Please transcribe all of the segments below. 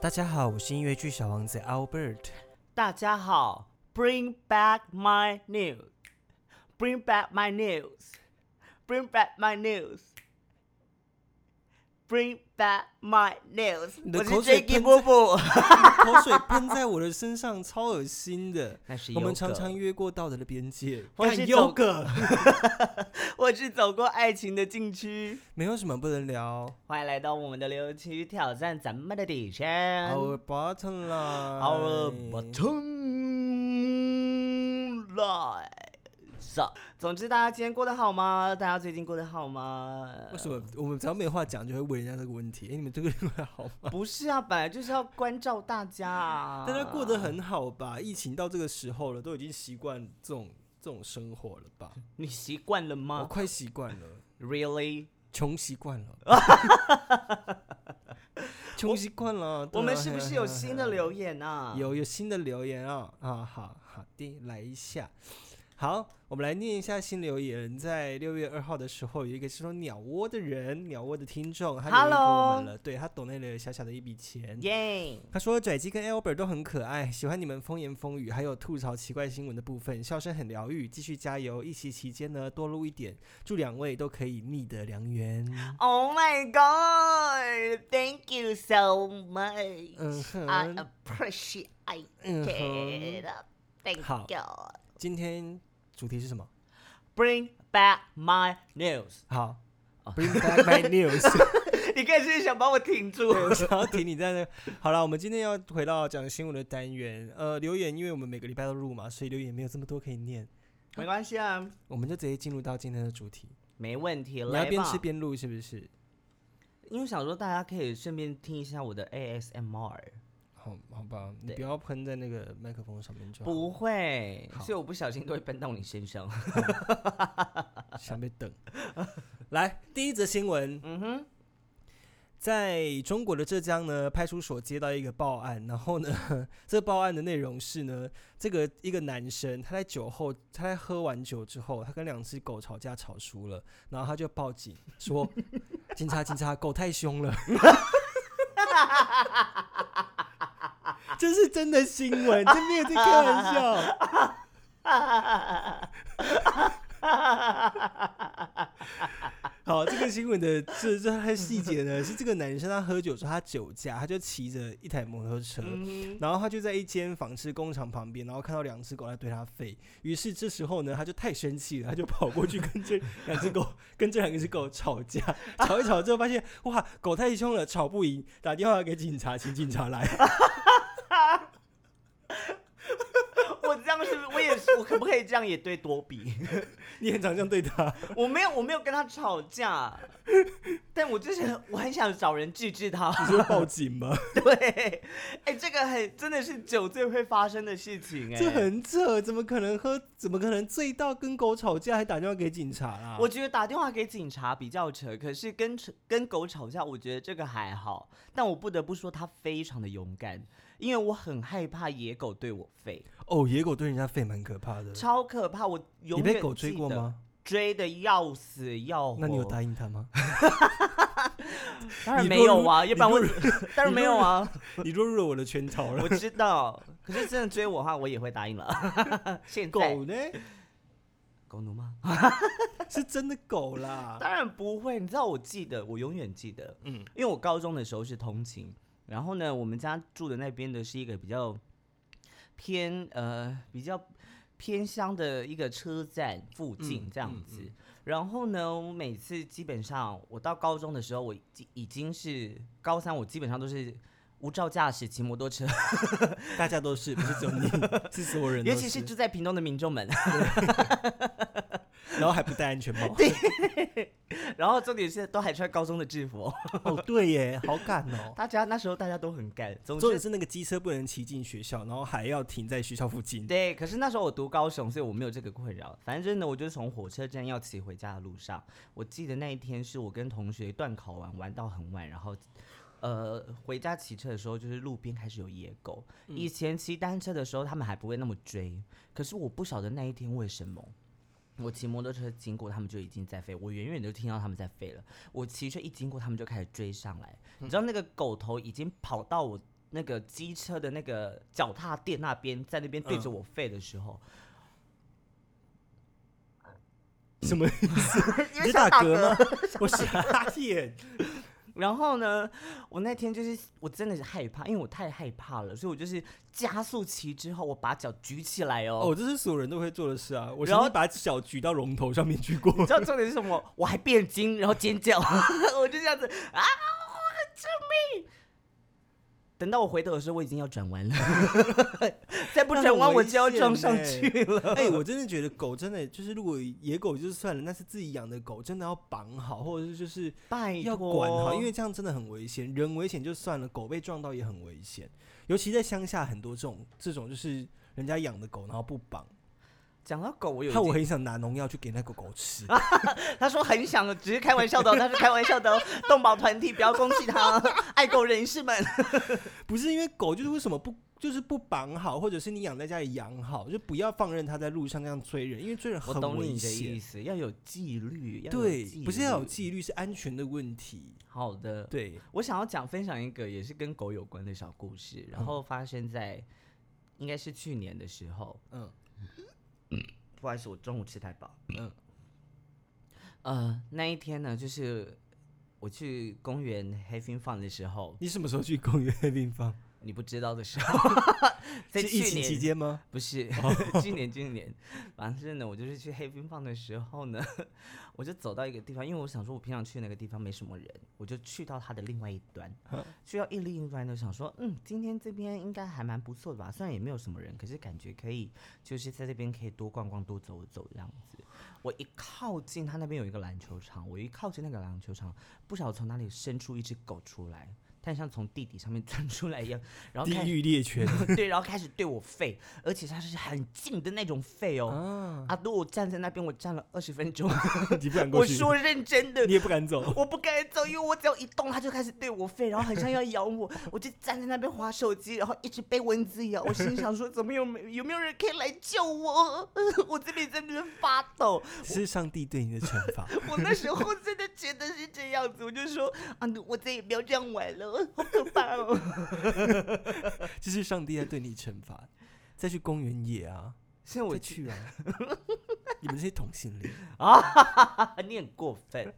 大家好，我是音乐剧小王子 Albert。大家好，Bring back my news，Bring back my news，Bring back my news，Bring back my news。你的我是口水 Jacky 喷波波，口水喷在我的身上，超恶心的。那是我们优常格常越过道德的边界，我看是优走格， 我是走过爱情的禁区。没有什么不能聊。欢迎来到我们的留言区，挑战咱们的底线。嗯 Our bottom line， Our bottom line。总之，大家今天过得好吗？大家最近过得好 吗？为什么我们只要没话讲，就会问人家这个问题？哎，你们这个过得好吗？不是啊，本来就是要关照大家啊。大家过得很好吧？疫情到这个时候了，都已经习惯这种这种生活了吧？你习惯了我吗快习惯了， ？Really？穷习惯了， 穷习惯了。对我们啊是不是嘿啊有嘿啊新嘿的啊留言啊？ 有有新的留言啊、啊，好好的，来一下。好，我们来念一下新留言。在六月二号的时候，有一个是说鸟窝的人，鸟窝的听众，他留言给我 Hello 们了，对他懂那了小小的一笔钱。耶！他说：“拽鸡跟 Albert 都很可爱，喜欢你们风言风语，还有吐槽奇怪新闻的部分，笑声很疗愈，继续加油！疫情期间呢，多录一点，祝两位都可以逆得良缘。 Oh my god! Thank you so much. 嗯哼 I appreciate 嗯 it. 哼， Thank 好 you. 今天主题是什么？ Bring back my news. 好，Bring 哦 back my news。” 你看，是想把我挺住？我想要停你在那。好了，我们今天要回到讲新闻的单元。呃，留言，因为我们每个礼拜都录嘛，所以留言没有这么多可以念，没关系啊，我们就直接进入到今天的主题。没问题。你要来边吧吃，边录是不是？因为想说大家可以顺便听一下我的 ASMR。好好吧，你对不要喷在那个麦克风上面就好。不会啊好，所以我不小心都会喷到你 身上。想被等。 来，第一则新闻，嗯哼，在中国的浙江呢，派出所接到一个报案，然后呢， 这报案的内容是呢，这个一个男生他在酒后，他在喝完酒之后，他跟两只狗吵架吵输了，然后他就报警 说：“警察，警察，狗太凶了。”这是真的新闻，这没有在开玩笑。好，这个新闻的这这它的细节呢， 是这个男生他喝酒之后他酒驾，他就骑着一台摩托车，嗯然后他就在一间纺织工厂旁边，然后看到两只狗在对他吠，于是这时候呢，他就太生气了，他就跑过去跟 这两只狗跟这两只狗吵架，吵一吵之后发现哇，狗太凶了，吵不赢，打电话给警察，请警察来。 哼，我这样是不是我也是？我可不可以这样也对多 比？你很常这样对他，我没有，我没有跟他吵架，但我就是我很想找人治治他。 你说报警吗？对，哎、这个很真的是酒醉会发生的事情、哎，这很扯，怎么可能喝？怎么可能醉到跟狗吵架还打电话给警察啦？我觉得打电话给警察比较扯，可是跟扯跟狗吵架，我觉得这个还好。但我不得不说，他非常的勇敢，因为我很害怕野狗对我吠，哦，野狗对人家吠蛮可怕的。超可怕。我永你远被狗追记过得？吗？追的要死要活。那你有答应他吗？当然你没落有入啊，你要不然落我 当然没 有啊， 你落入了我的圈套了 我。知道。可是真的追我的话，我也会答应了。 现在狗呢？狗奴吗？是真的狗啦。当然不会，你知道，我记得，我永远记得，嗯嗯，因为我高中的时候是通勤，然后呢，我们家住的那边的是一个比较偏呃比较偏乡的一个车站附近嗯这样嗯子。然后呢，我每次基本上我到高中的时候，我已经已经是高三，我基本上都是。无照驾驶骑摩托车， 大家都是，不是只有 你，是所有人都尤 其是住在屏东的民众们，然后还不戴安全帽。 然后重点是都还穿高中的制服哦， 哦，对耶，好赶 哦。大家那时候大家都很干，总重之点是那个机车不能骑进学校，然后还要停在学校附近。对，可是那时候我读高雄，所以我没有这个困扰。反正呢，我就是从火车站要骑回家的路上，我记得那一天是我跟同学段考完玩到很晚，然后。呃，回家骑车的时候，就是路边开始有野狗。以前骑单车的时候，他们还不会那么追，可是我不晓得那一天为什么，我骑摩托车经过，他们就已经在飞，我远远的就听到他们在飞了。我骑车一经过，他们就开始追上来，你知道那个狗头已经跑到我那个机车的那个脚踏垫那边，在那边对着我吠的时候， 什么？ 因你为是想打嗝吗？ 我傻眼。然后呢，我那天就是我真的是害怕，因为我太害怕了，所以我就是加速骑之后，我把脚举起来哦。 哦，这是所有人都会做的事啊。我然曾后经把脚举到龙头上面去过。 你知道重点是什么？我还变惊，然后尖叫， 我就这样子啊，救命！等到我回头的时候，我已经要转 弯了，再不那转很弯危我就要险撞上欸去了。哎、我真的觉得狗真的就是，如果野狗就算了，但是自己养的狗真的要绑好，或者是就是拜要管好，托因为这样真的很危险。人危险就算了，狗被撞到也很危险，尤其在乡下很多这种这种就是人家养的狗，然后不绑，讲到狗，我有一害我件啊很想拿农药去给那个狗吃。他说很想，只是开玩笑的哦，他是开玩笑的 哦，动保团体不要攻击他哦，爱狗人士们。不是因为狗就是为什么不就是不绑好，或者是你养在家里养好，就不要放任它在路上这样追人，因为追人我很懂危你的意险。思，要有纪律，要有对纪，不是要有律纪律，是安全的问题。好的，对，我想要讲分享一个也是跟狗有关的小故事，嗯然后发生在应该是去年的时候。嗯不好意思，我中午吃太饱。嗯呃，那一天呢，就是我去公园 having fun 的时候，你什么时候去公园的地方？你不知道的时 候，在是疫去情年期间吗？不是，哦去年今年，反正呢，我就是去黑冰坊的时候呢， 我就走到一个地方，因为我想说，我平常去那个地方没什么人，我就去到它的另外一端，去到一另一端呢，想说，嗯，今天这边应该还蛮不错的吧，虽然也没有什么人，可是感觉可以，就是在这边可以多逛逛、多走走这样子。我一靠近它那边有一个篮球场，我一靠近那个篮球场，不晓得从哪里伸出一只狗出来，它像从地底上面钻出来一样，然后地开始狱猎犬 对，然后开始对我吠，而且他是很近的那种吠哦。啊！阿杜、我站在那边，我站了二十分钟， 你不敢 过我去，说认真的你，也不敢走。我不敢走，因为我只要一动，他就开始对我吠，然后很像要咬我，我就站在那边划手机，然后一直被蚊子咬。我心里想说，怎么有没有没有人可以来救我？ 我这里在那边发抖，这是上帝对你的惩罚。 我那时候真的觉得是这样子，我就说啊，我再也不要这样玩了，好可怕哦。 这是上帝在对你惩罚。再去公园野啊，现在我再去啊！ 你们这些同性恋，啊， 你很过分。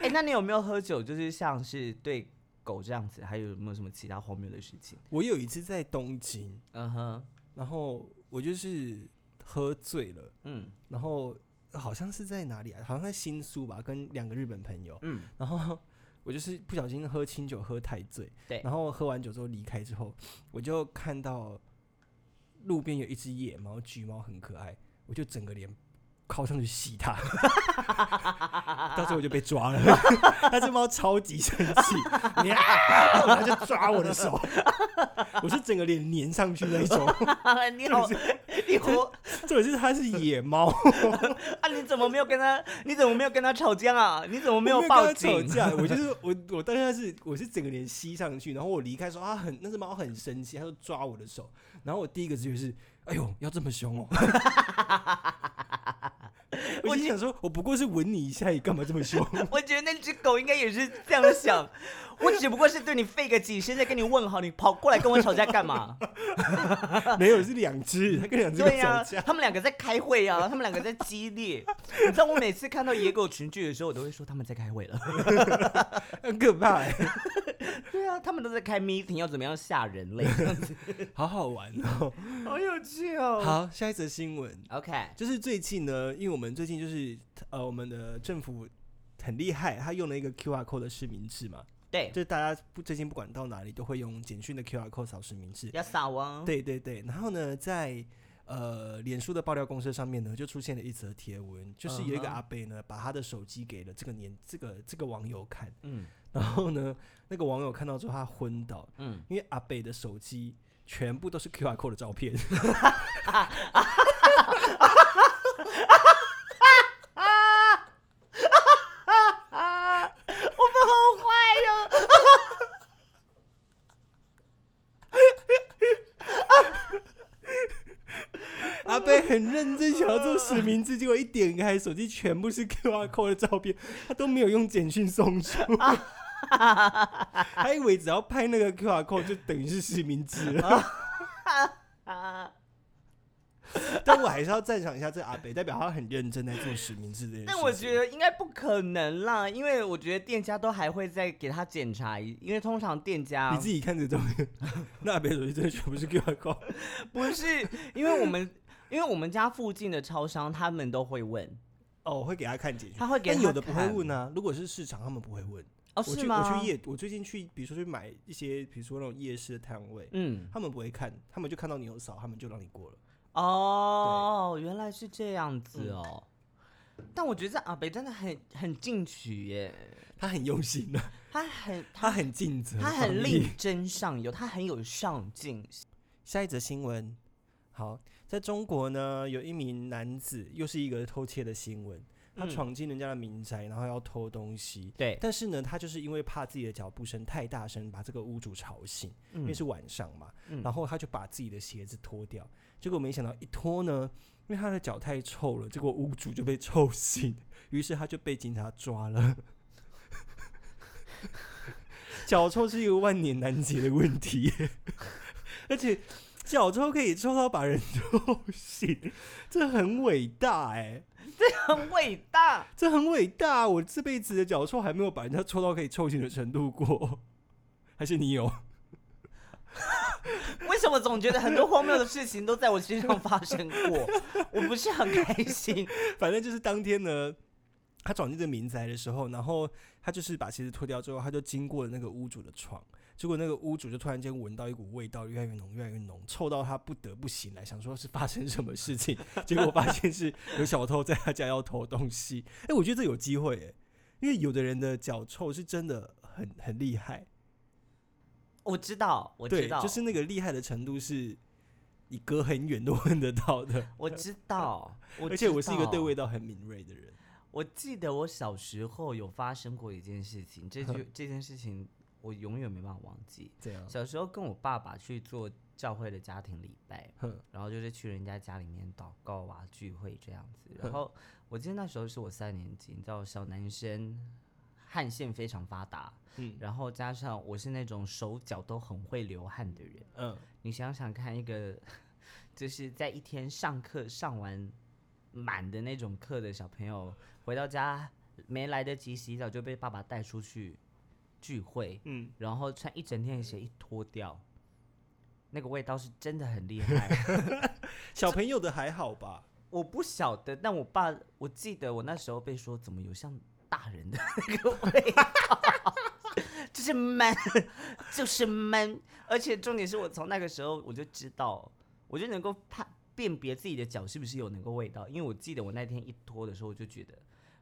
哎、那你有没有喝酒？就是像是对狗这样子，还有没有什么其他荒谬的事情？我有一次在东京，嗯哼，然后我就是喝醉了，嗯然后好像是在哪里啊？好像在新宿吧，跟两个日本朋友，嗯，然后我就是不小心喝清酒喝太醉，对然后喝完酒之后离开之后，我就看到路边有一只野猫，橘猫很可爱，我就整个脸靠上去吸它，到时候我就被抓了。 那只猫超级生气，你啊，然后就抓我的手， 我是整个脸粘上去那一种。 啊你好，你活重点是它是野猫，啊？你怎么没有跟他？你怎么没有跟他吵架啊？你怎么没我有没有报跟他吵警？架， 我就是 我我当下是我是整个脸吸上去，然后我离开说啊很那只猫很生气，它就抓我的手，然后我第一个直觉是哎呦要这么凶 哦，我心想说我不过是吻你一下，你干嘛这么凶？ 我觉得那只狗应该也是这样想，我只不过是对你吠个几声，再跟你问好，你跑过来跟我吵架干 嘛？没有是两只，它跟两只狗对 呀、吵架，他们两个在开会啊，他们两个在激烈。你知道我每次看到野狗群聚的时候，我都会说他们在开会了。很可怕欸、对啊，他们都在开 meeting，要怎么样吓 人类，这样子 好好玩哦。好有趣哦。 好，下一则新闻。 OK，就是最近呢，因为我们最近就是呃，我们的政府很厉害，他用了一个 QR code 的实名制嘛，对，就是大家不最近不管到哪里都会用简讯的 QR code 扫实名制。要扫哦。对对对，然后呢，在呃脸书的爆料公社上面呢，就出现了一则贴文，就是有一个嗯哼阿贝呢，把他的手机给了这个年这个这个网友看，嗯 然后呢，那个网友看到之后他昏倒，嗯，因为阿北的手机全部都是 QR code 的照片。啊 我们好坏哟、阿贝很认真想要做实名制，结果一点开手机全部是 QR code 的照片，他都没有用简讯送出。他以为只要拍那个 QR code 就等于是实名制了，啊但我还是要赞赏一下这阿北，代表他很认真在做实名制这件事情。但我觉得应该不可能啦，因为我觉得店家都还会再给他检查一，因为通常店家你自己看这照片，那阿北手机真的全部是 QR code。 不是，因为我们因为我们家附近的超商他们都会问，哦，我会给他看解决。他会给但他有的不会看问啊，如果是市场，他们不会问。哦，我是去吗？我去夜，我最近去，比如说去买一些，比如说那种夜市的摊位，嗯，他们不会看，他们就看到你有扫，他们就让你过了。哦，原来是这样嗯子哦。但我觉得这阿北真的很很进取耶，他很用心的、他很他很尽责，他很厉力争上游，他很有上进心。下一则新闻，好，在中国呢，有一名男子又是一个偷窃的新闻，他嗯闯进人家的民宅，然后要偷东西。对，但是呢，他就是因为怕自己的脚步声太大声，把这个屋主吵醒，因为嗯是晚上嘛，嗯然后他就把自己的鞋子脱掉，结果没想到一脱呢，因为他的脚太臭了，结果屋主就被臭醒， 于是他就被警察抓了。 脚臭是一个万年难解的问题， 而且脚臭可以臭到把人臭醒，这很伟大哎、很伟大。这很伟大。我这辈子的脚臭还没有把人家臭到可以臭醒的程度过，还是你有？ 为什么总觉得很多荒谬的事情都在我身上发生过？我不是很开 心。反正就是当天呢，他闯进这民宅的时候，然后他就是把鞋子脱掉之后，他就经过了那个屋主的床，结果那个屋主就突然间闻到一股味道，越来越浓，越来越浓，臭到他不得不醒来，想说是发生什么事情，结果发现是有小偷在他家要偷东西。哎、我觉得这有机会哎、因为有的人的脚臭是真的很很厉害，我知道，我知对，道，就是那个厉害的程度是。你隔很远都 闻得到的，我知 道，我而且知我是一个对道味道很敏锐的人。我记得我小时候有发生过一件事情，这就这件事情我永远没办法忘记。这样，小时候跟我爸爸去做教会的家庭礼拜， 哼，然后就是去人家家里面祷告啊、聚会这样子。哼然后我记得那时候是我三年级，你知道小男生汗腺非常发达，嗯然后加上我是那种手脚都很会流汗的人。嗯，你想想看，一个就是在一天上课上完满的那种课的小朋友，回到家没来得及洗澡就被爸爸带出去聚会，嗯，然后穿一整天的鞋一脱掉，那个味道是真的很厉害。小朋友的还好吧？我不晓得，但我爸我记得我那时候被说怎么有像大人的那个味道。 就是闷，就是闷，而且重点是我从那个时候我就知道，我就能够判辨别自己的脚是不是有那个味道，因为我记得我那天一脱的时候，我就觉得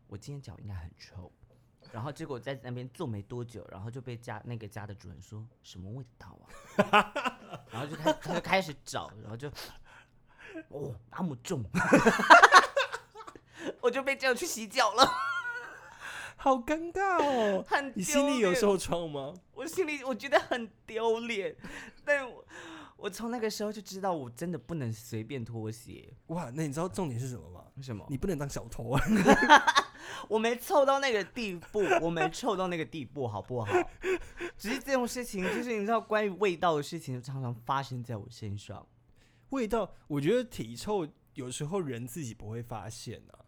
我今天脚应该很臭，然后结果在那边坐没多久，然后就被家那个家的主人说什么味道啊， 然后就开他就开始找，然后就哦那么重，我就被叫去洗脚 了，！好尴尬哦很 你心里丢有脸受创吗？我心里我觉得很丢脸， 但我我从那个时候就知道我真的不能随便脱鞋。哇，那你知道重点是什么吗？为什么？你不能当小偷啊！ 我没臭到那个地步，我没臭到那个地步，好 不好？只是这种事情，就是你知道，关于味道的事情，常常发生在我身上。味道，我觉得体臭有时候人自己不会发现啊，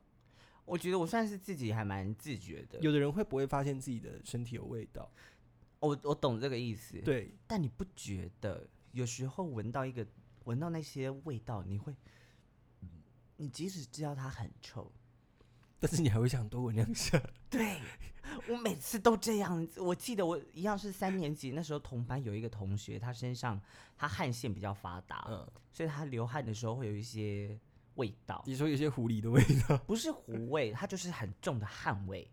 我觉得我算是自己还蛮自觉的，有的人会不会发现自己的身体有味道？我我懂这个意思。，对，但你不觉得有时候闻到一个闻嗯到那些味道，你会，你即使知道它很臭， 但是你还会想多闻两下。对，我每次都这样。我记得我一样是三年级那时候，同班有一个同学，他身上他汗腺比较发达，嗯，所以他流汗的时候会有一些味道，你说有些狐狸的味道 不是狐味，它就是很重的汗味，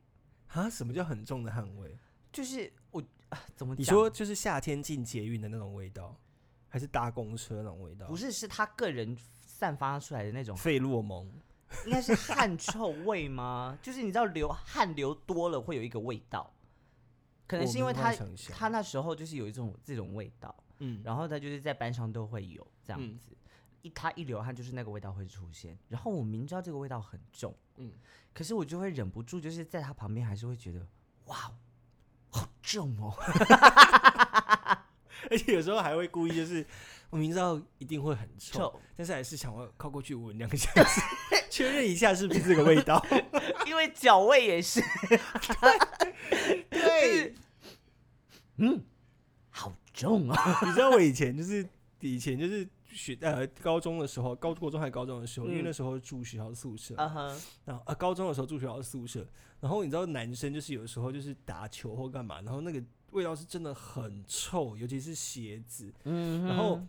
啊？什么叫很重的汗味？就是我、啊、怎么你讲说就是夏天进捷运的那种味道，还是搭公车那种味道？不是，是他个人散发出来的那种，费洛蒙。应该是汗臭味吗？ 就是你知道流汗流多了会有一个味道，可能我是因没为有办他法想象他那时候就是有一种这种味道。嗯，然后他就是在班上都会有这样嗯子，一他一流汗就是那个味道会出现。然后我明知道这个味道很重，嗯可是我就会忍不住，就是在他旁边还是会觉得，哇，好重哦。而且有时候还会故意就是，我明知道一定会很臭，臭，但是还是想要靠过去闻两下， 确认一下是不是这个味道。 因为脚味也是， 对，嗯，好重啊，你知道我以前就是以前就是学呃高中的时候，高国中还高中的时候，因为嗯那时候住学校宿舍，啊哈，然后呃高中的时候住学校宿舍，然后你知道男生就是有时候就是打球或干嘛，然后那个味道是真的很臭，尤其是鞋子。嗯哼，然后，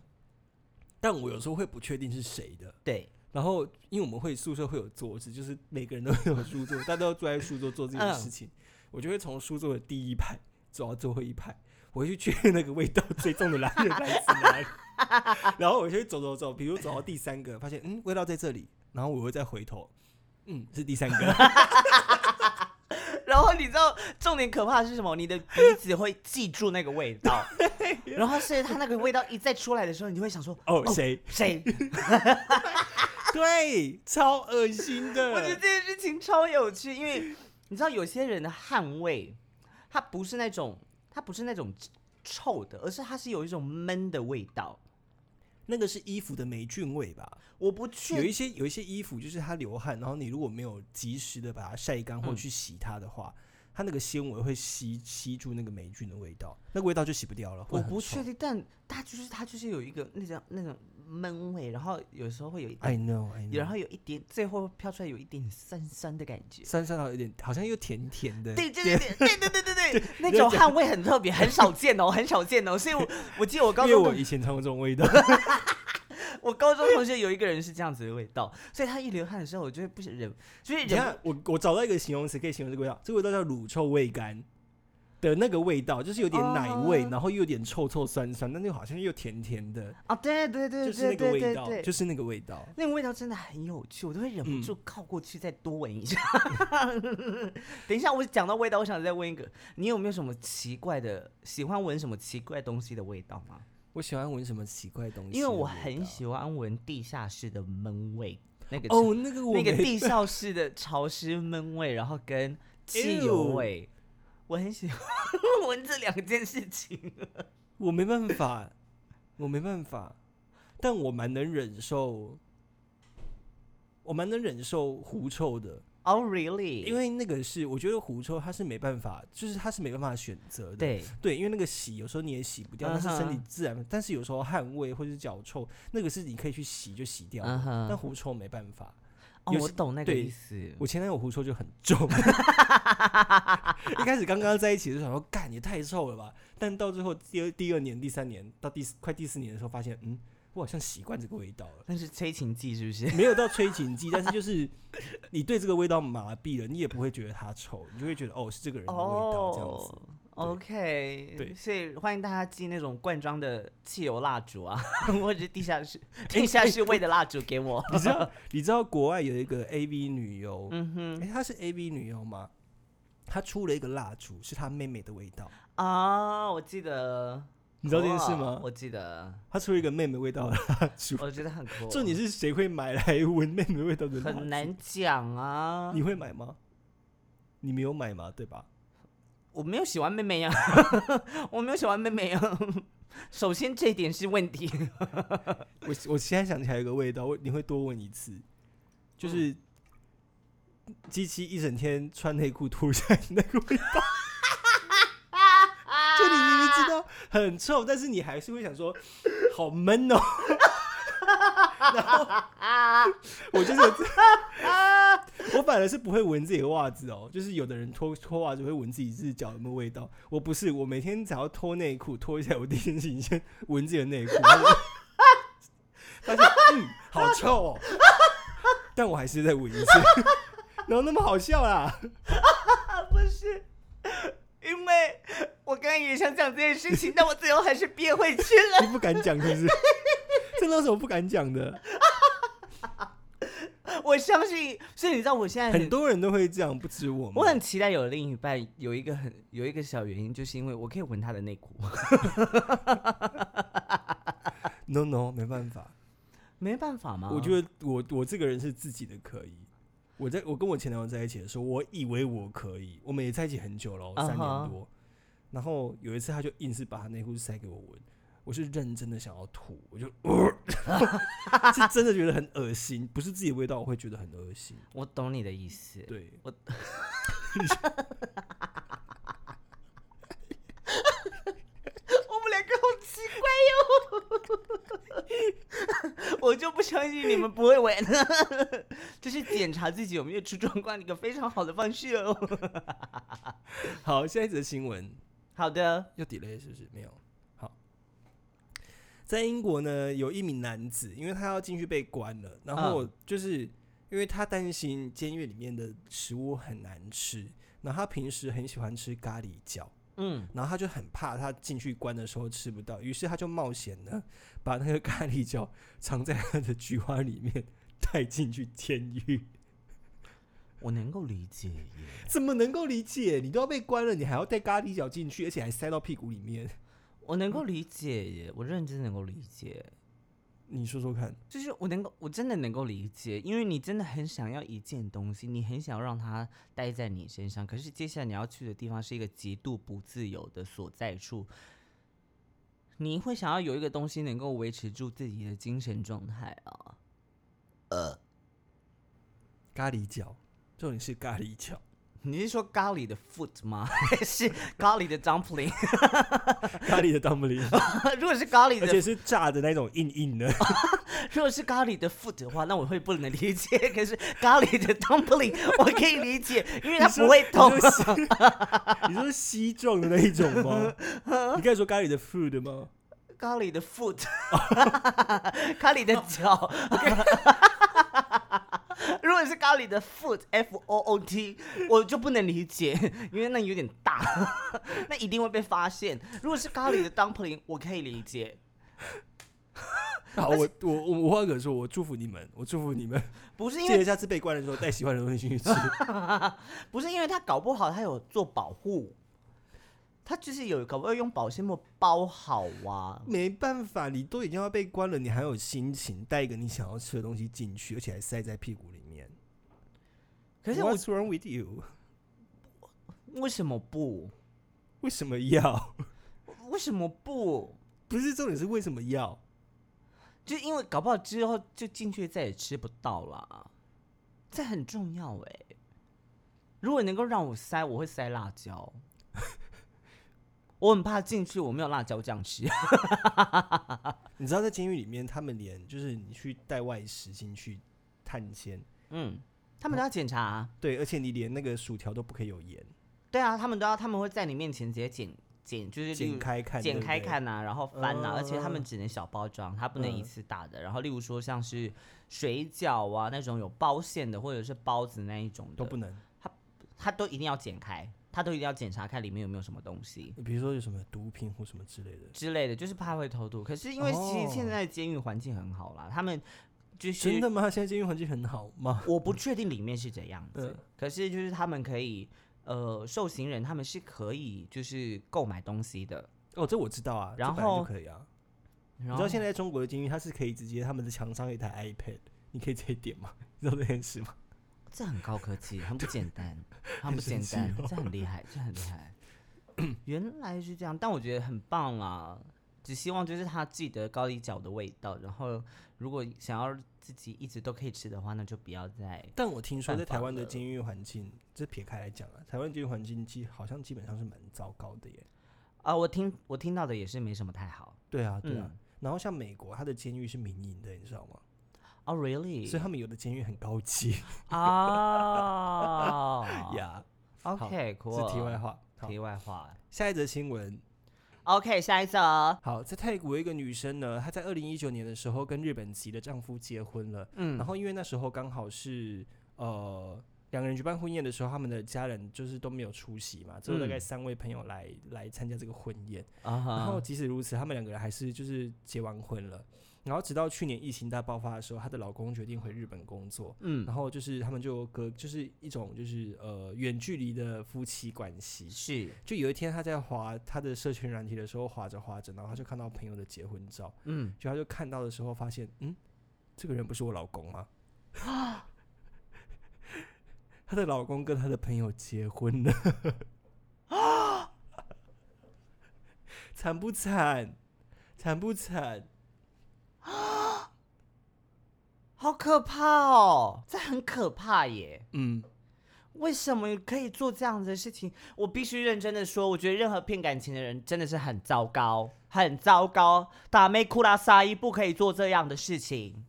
但我有时候会不确定是谁的。对，然后，因为我们会宿舍会有桌子，就是每个人都有书桌， 大家都坐在书桌做自己的事情。我就会从书桌的第一排走到最后一排，我会去确认那个味道最重的来源来自哪里。然后我就会走走走，比如走到第三个，发现嗯味道在这里，然后我会再回头，嗯是第三个， 然后你知道重点可怕的是什么？你的鼻子会记住那个味 道，然后所以它那个味道一再出来的时候，你就会想 说哦谁？谁？对，超恶心 我觉得的这。件事情超有趣，因为你知道有些人的汗味，它不是那种它不是那种臭的，而是它是有一种闷的味道。那个是衣服的霉菌味吧？我不有确一些有一些衣服就是它流汗，然后你如果没有及时的把它晒干或嗯去洗它的话，它那个纤维会吸吸住那个霉菌的味道，那个味道就洗不掉了。会我很不臭确定，但它就是它就是有一个那种那种闷味，然后有时候会有一，I 点， know I know，然后有一点最后飘出来有一点酸酸的感觉。酸酸的有点，好像又甜甜的。对对对对对对 对对对，那就种这汗味很特别，很少见哦， 很少见哦。所以我，我记得我高因为中我同以前尝过这种味道，我高中同学有一个人是这样子的味道，所以他一流汗的时候，我就会不是忍，就是你忍看我我找到一个形容词可以形容这个味道，这个味道叫乳臭未干的那个味道，就是有点奶味，哦然后又有点臭臭酸酸，但又好像又甜甜的，啊，对就对对是那对个对味对道，对，就是那个味道。那个味道真的很有趣，我都会忍嗯不住靠过去再多闻一下。 等一下，我讲到味道，我想再问一个，你有没有什么奇怪的，喜欢闻什么奇怪东西的味道吗？我喜欢闻什么奇怪的东西的味道，因为我很喜欢闻地下室的闷味，那个哦，那个我那个没地下室的潮湿闷味，然后跟汽 Ew 油味，我很 喜欢闻这两件事情。我没办法，我没办法，但我蛮能忍受，我蛮能忍受狐臭的， Oh really？因为那个是我觉得狐臭它是没办法，就是它是没办法选择的。对对，因为那个洗有时候你也洗不掉，但是身嗯体哼自然，但是有时候汗味或者是脚臭，那个是你可以去洗就洗掉的嗯哼但狐臭没办法。哦有，我些懂那个对意思。我前男友狐臭就很 重，一开始刚刚在一起的时候想说，干也太臭了吧！但到最后第二第二年、第三年到第四快第四年的时候，发现嗯，我好像习惯这个味道了。那是催情剂是不是？没有到催情剂，但是就是你对这个味道麻痹了，你也不会觉得它臭，你就会觉得哦是这个人的味道这样子。哦，OK，对所以欢迎大家寄那种罐装的汽油蜡烛啊， 或者是地下室地下室味的蜡烛给 我。你知道你知道国外有一个 A V 女优，嗯哼诶，她是 A V 女优吗？她出了一个蜡烛，是她妹妹的味道，啊，我记得，你知道这件事哦吗？我记得，她出了一个妹妹味道的蜡烛，我觉得很酷。重点是谁会买来闻妹妹味道的？很。难讲啊，你会买吗？你没有买吗？对吧？我没有喜欢妹妹呀、啊 我没有喜欢妹妹呀、首先这一点是 问题，我我现在想起来有个味道，我你会多闻一次，就是机器一整天穿内裤吐出来的那个味道，就你明明知道很臭，但是你还是会想说好闷哦。啊然后我就是有这我我反而是不会闻自己的袜子哦，就是有的人脱脱袜子会闻自己自己脚有没有味道，我不是，我每天只要脱内裤脱一下，我第一件事情先闻自己的内裤，然后就发现嗯好臭哦，但我还是再闻一次，哪有那么好笑啦？不是，因为我刚刚也想讲这件事情，但我最后还是憋回去你了。 不敢讲是不是？这有什么不敢讲的？我相信，所以你知道我现在很，多人都会这样，不止我们。嗯我很期待有另一半有一个很有一个小原因，就是因为我可以闻他的内裤， no no 没办法，没办法嘛。我觉得我我这个人是自己的可以。我在我跟我前男友在一起的时候，我以为我可以，我们也在一起很久了哦，啊哈三年多。然后有一次，他就硬是把他内裤塞给我闻，我是认真的想要吐，我 就，是真的觉得很恶心，不是自己的味道，我会觉得很恶心。我懂你的意思。对，我我们两个好奇怪哟、 我就不相信你们不会闻， 这是检查自己有没有出状况一个非常好的方式哦。好，下一则新闻。好的，又 delay 是不是？没有。好，在英国呢，有一名男子，因为他要进去被关了，然后就是、因为他担心监狱里面的食物很难吃，然后他平时很喜欢吃咖喱饺，嗯，然后他就很怕他进去关的时候吃不到，于是他就冒险呢，把那个咖喱饺藏在他的菊花里面。带进去监狱， 我能够理解耶。怎么能够理解？你都要被关了，你还要带咖喱饺进去，而且还塞到屁股里面。我能够理解耶，我认真能够理解，你说说看，就是我能够，我真的能够理解，因为你真的很想要一件东西，你很想要让它待在你身上，可是接下来你要去的地方是一个极度不自由的所在处，你会想要有一个东西能够维持住自己的精神状态啊。咖喱饺，重点是咖喱饺，你是说咖喱的 foot 吗？ 还是咖喱的 dumpling？ 咖喱的 dumpling，如果是咖喱而且的，是炸的那种硬硬 的。如果是咖喱的 foot 的话，那我会不能理解。 可是咖喱的 dumpling 我可以理解，因为它不会痛。你说西你说西状的那一种 吗？你刚才说咖喱的 food 吗？咖喱的 foot，咖喱的脚。 如果是咖喱的 foot，f o o t，我就不能理解，因为那有点 大，那一定会被发现。如果是咖喱的 dumpling，我可以理解。好，啊我我我我换个说，我祝福你们，我祝福你们，不是因记得为下次被关的时候带喜欢的东西进去吃。不是因为他搞不好，他有做保护，他就是有搞不好用保鲜膜包好啊。 没办法，你都已经要被关了，你还有心情带一个你想要吃的东西进去，而且还塞在屁股里面。可是我 What's wrong with you？为什么不？为什么要？ 为什么不？不是重点是为什么要？就因为搞不好之后就进去再也吃不到啦，这很重要哎、如果能够让我塞，我会塞辣椒。我很怕进去我没有辣椒酱吃， 你知道在监狱里面，他们连就是你去带外食进去探监，嗯，他们都要检查啊、对，而且你连那个薯条都不可以有盐，对啊，他们都要，他们会在你面前直接剪剪，就是例剪如开看，剪对不开对，看呐、啊，然后翻呐、嗯啊，而且他们只能小包装，它不能一嗯次大的。然后例如说像是水饺啊那种有包馅的，或者是包子那一种的，都不能。他都一定要剪开，他都一定要检查看里面有没有什么东西比如说有什么毒品或什么之类的，之类的，就是怕会偷渡。可是因为其实哦现在监狱环境很好啦，他们就是真的吗？现在监狱环境很好吗？ 我不确定里面是怎样子，嗯可是就是他们可以，呃，受刑人他们是可以就是购买东西的。哦，这我知道啊，这然本来后就可以啊。然你后知道现在中国的监狱，它是可以直接他们的墙上有一台 iPad，你可以直接点吗？ 你知道这件事吗？这很高科技，很不简单，很不神简奇单，哦这很厉害，这很厉害。 原来是这样，但我觉得很棒啦。只希望就是他记得高丽角的味道，然后如果想要自己一直都可以吃的话，那就不要再但我听说在犯法台湾的了监狱环境，这撇开来讲啊，台湾监狱环境基好像基本上是蛮糟糕的耶。啊、我听我听到的也是没什么太好。对啊，对啊。嗯然后像美国，它的监狱是民营的，你知道吗？哦、r e a l l 所以 y 他们有的监狱很高级，啊、 OK，cool。是题外，话。好，题外话。下一则新闻。 OK，下一哦则。好，在泰国有一个女生呢，她在二零一九年的时候跟日本籍的丈夫结婚了，嗯然后因为那时候刚好是呃两个人举办婚宴的时候，他们的家人就是都没有出席嘛，只有大概嗯三位朋友来来参加这个婚宴。啊然后哈，即使如此，他们两个人还是就是结完婚了。然后直到去年疫情大爆发的时候，她的老公决定回日本工作，嗯然，后就是他们就隔就是一种就是呃远距离的夫妻关系。是，就有一天她在滑她的社群软体的时候，滑着滑着，然后她就看到朋友的结婚照，嗯，就她就看到的时候发现，嗯，这个人不是我老公吗？ 她的老公跟她的朋友结婚了， 惨不惨？惨不惨？好可怕哦，这很可怕耶。嗯，为什么可以做这样子的事情？我必须认真的说，我觉得任何骗感情的人真的是很糟糕，很糟糕。打妹库拉萨伊不可以做这样的事情，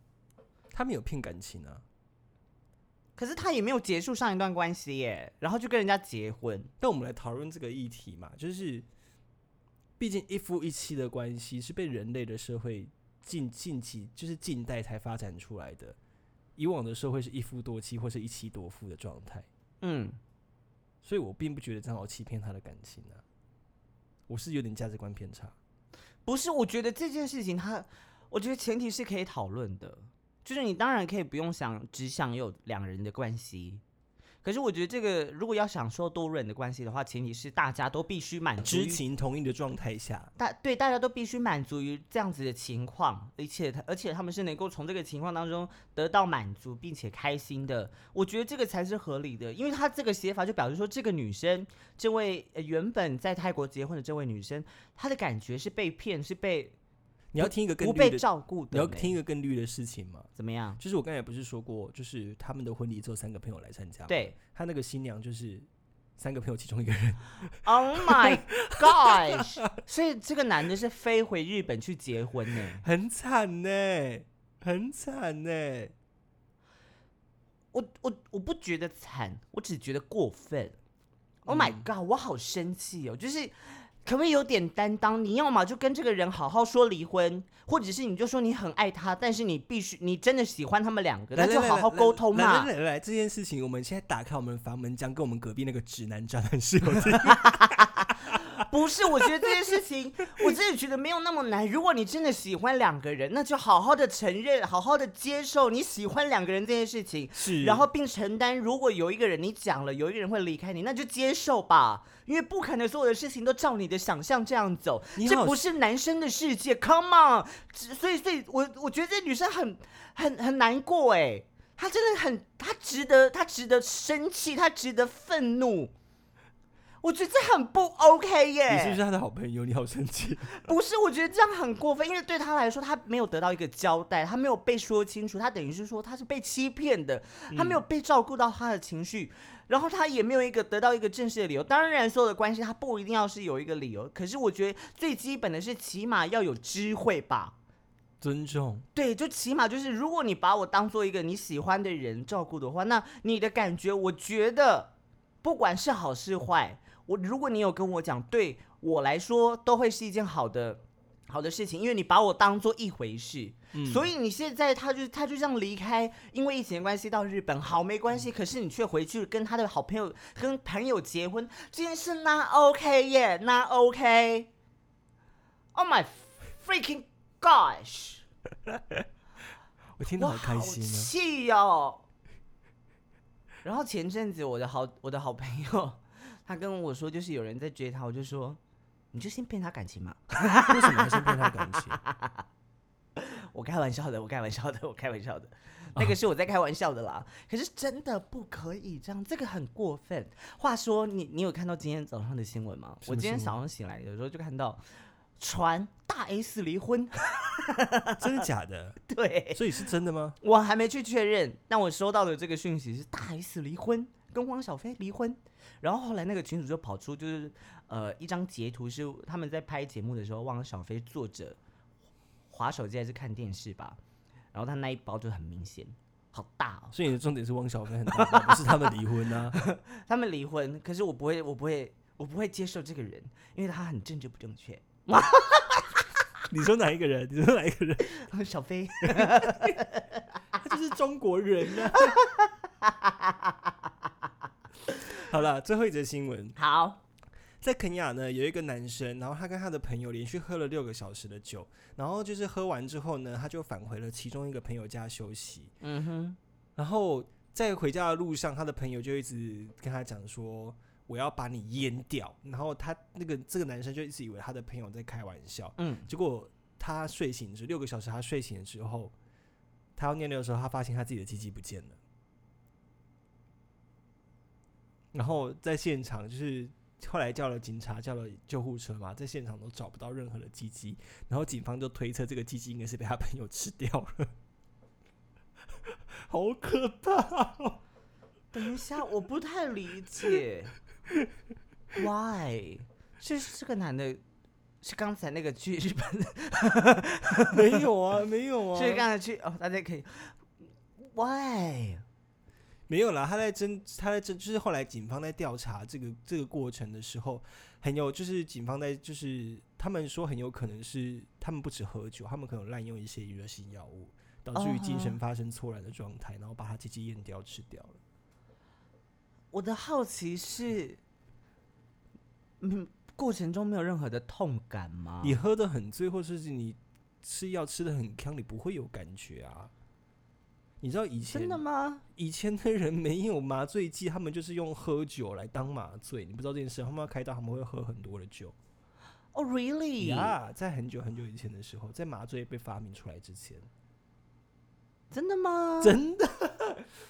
他们有骗感情啊，可是他也没有结束上一段关系耶，然后就跟人家结婚。但我们来讨论这个议题嘛，就是，毕竟一夫一妻的关系是被人类的社会近近期就是近代才发展出来的，以往的社会是一夫多妻或是一妻多夫的状态，嗯，所以我并不觉得张好欺骗他的感情啊，我是有点价值观偏差。不是，我觉得这件事情它，我觉得前提是可以讨论的，就是你当然可以不用想只想有两人的关系。可是我觉得这个如果要享受多人的关系的话，前提是大家都必须满足于知情同意的状态下，大对大家都必须满足于这样子的情况，而且他而且他们是能够从这个情况当中得到满足并且开心的，我觉得这个才是合理的，因为他这个写法就表示说这个女生，这位、呃原本在泰国结婚的这位女生，她的感觉是被骗，是被你要听一个更不绿被的，照顾的你呢，要听一个更绿的事情嘛，怎么样？就是我刚才不是说过，就是他们的婚礼只有三个朋友来参加，，对他那个新娘就是三个朋友其中一个人。 ，Oh my gosh！所以这个男的是飞回日本去结婚呢。很惨呢、很惨呢、我我我不觉得惨，我只觉得过分。Oh my 嗯 god！、我好生气哦，就是可不可以有点担当？你要么就跟这个人好好说离婚，或者是你就说你很爱他，但是你必须你真的喜欢他们两个，那就好好沟通来来嘛来。来来，这件事情我们现在打开我们房门讲，跟我们隔壁那个直男渣男是有这个 不是，我觉得这件事情， 我真的觉得没有那么难。如果你真的喜欢两个人，那就好好的承认，好好的接受你喜欢两个人这件事情。是然后并承担，如果有一个人你讲了，有一个人会离开你，那就接受吧，因为不可能所有的事情都照你的想象这样走，你这好不是男生的世界，Come on！只所以，所以我我觉得这女生很很很难过哎，她真的很，她值得，她值得生气，她值得愤怒。我觉得这很不 OK 耶！你是不是他的好朋友？你好生气， 不是，我觉得这样很过分，因为对他来说，他没有得到一个交代，他没有被说清楚，他等于是说他是被欺骗的，他没有被照顾到他的情绪，然后他也没有一个得到一个正式的理由。当然，所有的关系他不一定要是有一个理由，可是我觉得最基本的是起码要有智慧吧。尊重。对，就起码就是，如果你把我当做一个你喜欢的人照顾的话，那你的感觉，我觉得不管是好是坏，我如果你有跟我讲，对我来说都会是一件好的。好的事情，因为你把我当做一回事，所以你现在他就他就这样离开，因为疫情的关系到日本，好没关系，可是你却回去跟他的好朋友跟朋友结婚，这件事那 OK 耶，那 OK。Oh my freaking gosh！我听我得好开心啊呢、气哦。然后前阵子我的好我的好朋友， 他跟我说，就是有人在追他，我就说，你就先骗他感情嘛。为什么还是骗他感情？我开玩笑的，我开玩笑的，我 开玩笑的，那个是我在开玩笑的啦。可是真的不可以这样，这个很过分。话说，你你有看到今天早上的新闻吗？什我么今天新闻早上醒来有时候就看到传大 S 离婚， 真的假的？对，所以是真的吗？我还没去确认，但我收到的这个讯息是大 S 离婚，跟汪小菲离婚。然后后来那个群主就跑出，就是呃一张截图是他们在拍节目的时候，汪小菲坐着划手机还是看电视吧，然后他那一包就很明显，好大哦。所以你的重点是汪小菲很大方，不是他们离婚啊。他们离婚，可是我不会，我不会，我不会接受这个人，因为他很政治不正确。你说哪一个人？你说哪一个人？小飞，他就是中国人啊。好了，最后一则新闻， 好，在肯雅呢有一个男生，然后他跟他的朋友连续喝了六个小时的酒，然后就是喝完之后呢，他就返回了其中一个朋友家休息。嗯哼，然后在回家的路上，他的朋友就一直跟他讲说：“我要把你淹掉。”然后他那个这个男生就一直以为他的朋友在开玩笑，嗯，结果他睡醒之六个小时，他睡醒了之后，他要尿尿的时候，他发现他自己的鸡鸡不见了。然后在现场就是后来叫了警察，叫了救护车嘛，在现场都找不到任何的鸡鸡，然后警方就推测这个鸡鸡应该是被他朋友吃掉了， 好可怕、哦！ 等一下，我不太 理解，why？是这个男的，是刚才那个去 日本，没有啊，没有啊， 是刚才去哦，大家可以，why？没有啦，他在侦，他在侦，就是后来警方在调查这个这个过程的时候，很有就是警方在就是他们说很有可能是他们不止喝酒，他们可能滥用一些娱乐性药物，导致于精哦神发生错乱的状态，然后把他鸡鸡咽掉吃掉了。我的好奇是，嗯，过程中没有任何的痛感吗？你喝的很醉，或者是你吃药吃的很呛，你不会有感觉啊。你知道以前真的吗？以前的人没有麻醉剂，他们就是用喝酒来当麻醉，你不知道这件事，他们要开刀，他们会喝很多的酒。哦、r e a l l y 呀在很久很久以前的时候，在麻醉被发明出来之前，真的吗？真的，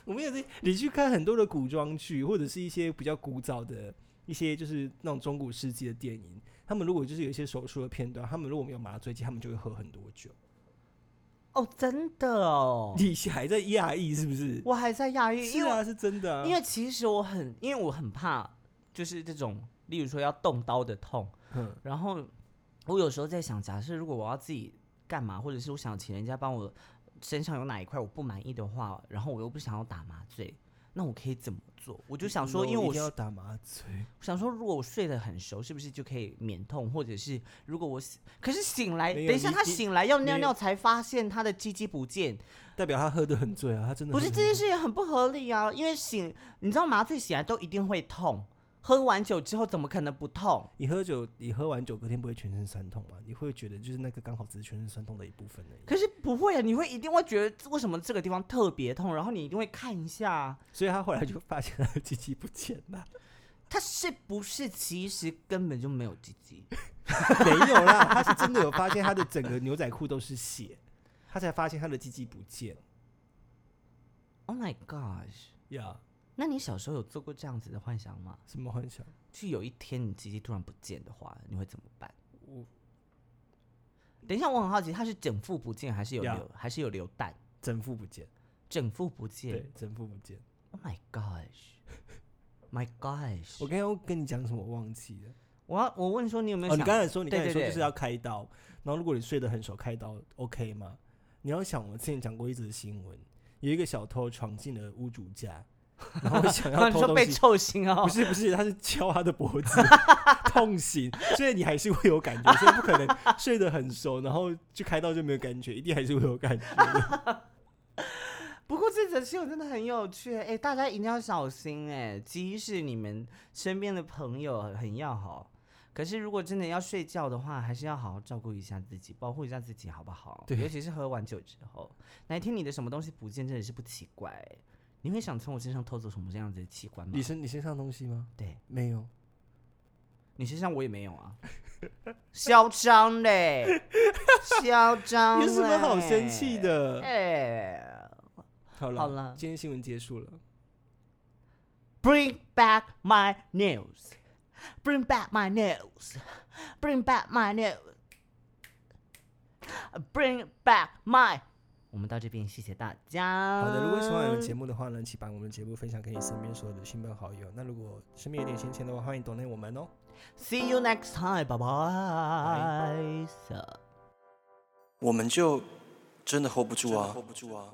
我们也是，你去看很多的古装剧，或者是一些比较古早的一些就是那种中古世纪的电影，他们如果就是有一些手术的片段，他们如果没有麻醉剂，他们就会喝很多酒。哦，真的哦，你还在压抑是不是？我还在讶异，是因为、啊，是真的啊。因为其实我很，因为我很怕，就是这种，例如说要动刀的痛，嗯然后我有时候在想，假设如果我要自己干嘛，或者是我想请人家帮我身上有哪一块我不满意的话，然后我又不想要打麻醉，那我可以怎么做？我就想说， No，因嗯为一我定要是打麻醉，想说，如果我睡得很熟，是不是就可以免痛？或者是如果我醒，可是醒来，没等有一下你他你醒来要没尿有尿才发现他的鸡鸡不见，代表他喝得很醉啊，他真的 不喝是得这很件醉事也很不合理啊，因为醒，你知道麻醉醒来都一定会痛，喝完酒之后怎么可能不痛？你喝酒，你喝完酒隔天不会全身酸痛吗？你会觉得就是那个刚好只是全身酸痛的一部分而已。可是不会啊，你会一定会觉得为什么这个地方特别痛，然后你一定会看一下，啊所以他后来就发现他的机器不见了，它是不是其实根本就没有鸡鸡？ 没有啦，他是真的有发现他的整个牛仔裤都是血，他才发现他的鸡鸡不见 Oh my gosh！呀那你小时候有做过这样子的幻想吗？什么幻想？就有一天你鸡鸡突然不见的话，你会怎么办？等一下，我很好奇，它是整副不见还是有呀流还是有流弹？整副不见，整副不见对，整副不见。 ？Oh my gosh！My gosh！我刚刚跟你讲什么我忘记了？我要我问说你有没有哦，想？你刚才说你对刚才对说对就是要开刀，然后如果你睡得很熟，开刀 OK 吗？哦你要想，我们之前讲过一则新闻，有一个小偷闯进了屋主家，然后想要 你偷说东被西，臭醒哦 不？是不是，他是敲他的脖 子痛醒，所以你还是会有感觉，所以不可能睡得很熟，然后就开刀就没有感觉，一定还是会有感觉的。不过这则新闻真的很有趣，哎、大家一定要小心哎、即使你们身边的朋友很要好，可是如果真的要睡觉的话，还是要好好照顾一下自己，保护一下自己，好不好？对尤其是喝完酒之后，哪一天你的什么东西不见，真的是不奇怪、你会想从我身上偷走什么这样子的器官吗你？身你身上东西吗？对，嗯没有，你身上我也没有啊， 嚣张嘞，嚣张 嘞，有什么好生气？的？欸哎、好了好了今天新闻结束了。 Bring back my nails. Bring back my nails. Bring back my nails. Bring back my. 我们到这边，谢谢大家。好的，如果喜欢我们节目的话呢，请把我们的节目分享给你身边所有的亲朋好友。那如果身边有点闲钱的话，欢迎 donate 我们哦。 See you next time. Bye bye. So. 我们就真的 hold 不住啊！hold 不住啊！